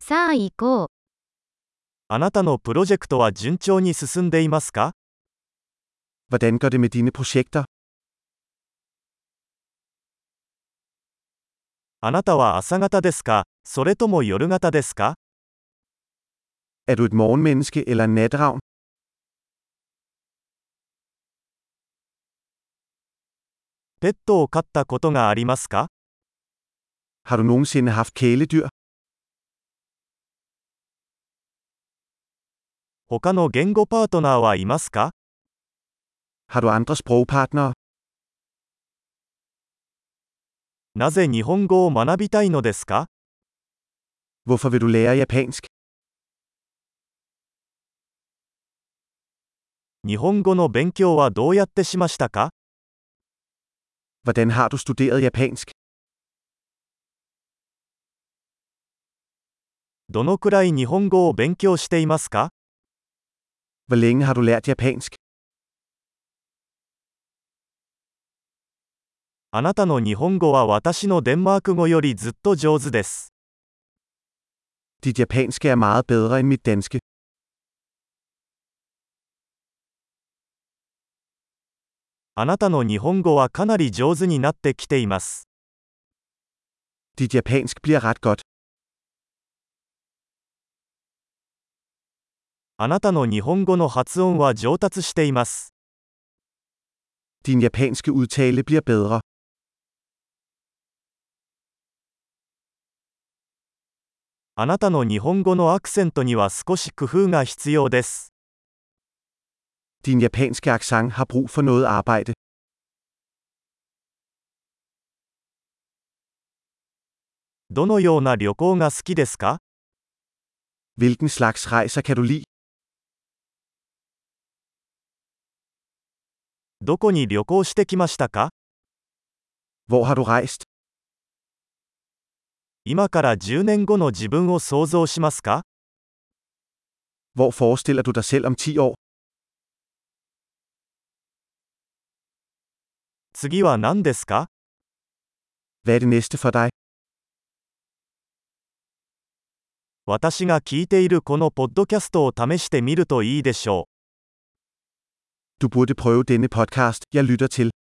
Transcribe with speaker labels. Speaker 1: さあ行こう。
Speaker 2: あなたのプロジェクトは順調に進んでいますか
Speaker 3: Hvordan går det med dine projekter?
Speaker 2: あなたは朝方ですかそれとも夜型ですか
Speaker 3: Er du et morgenmenneske eller en natravn?
Speaker 2: ペットを飼ったことがありますか
Speaker 3: Har du nogensinde haft kæledyr?
Speaker 2: 他の言語パートナーはいますか
Speaker 3: Har du andre sprogpartnere?
Speaker 2: なぜ日本語を学びたいのですか
Speaker 3: Hvorfor vil du lære japansk?
Speaker 2: 日本語の勉強はどうやってしましたか
Speaker 3: Hvordan har du studeret japansk?
Speaker 2: どのくらい日本語を勉強していますか
Speaker 3: Hvor længe har du lært japansk?
Speaker 2: あなたの日本語は私のデンマーク語よりずっと上手です。
Speaker 3: Dit japanske er meget bedre end mit danske.
Speaker 2: あなたの日本語はかなり上手になってきています。
Speaker 3: Dit japansk bliver ret godt.
Speaker 2: あなたの日本語の発音は上達しています。
Speaker 3: Din japanske udtale bliver bedre.
Speaker 2: あなたの日本語のアクセントには少し工夫が必要です。
Speaker 3: Din japanske accent har brug for noget arbejde.
Speaker 2: どのような旅行が好きですか
Speaker 3: Hvilken slags rejser kan du lide?
Speaker 2: どこに旅行してきましたか
Speaker 3: Hvor har du rejst?
Speaker 2: 今から10年後の自分を想像しますか
Speaker 3: Hvor forestiller du dig selv om 10 år?
Speaker 2: 次は何ですか
Speaker 3: Hvad er det næste for dig?
Speaker 2: 私が聞いているこのポッドキャストを試してみるといいでしょう。
Speaker 3: Du burde prøve denne podcast, jeg lytter til.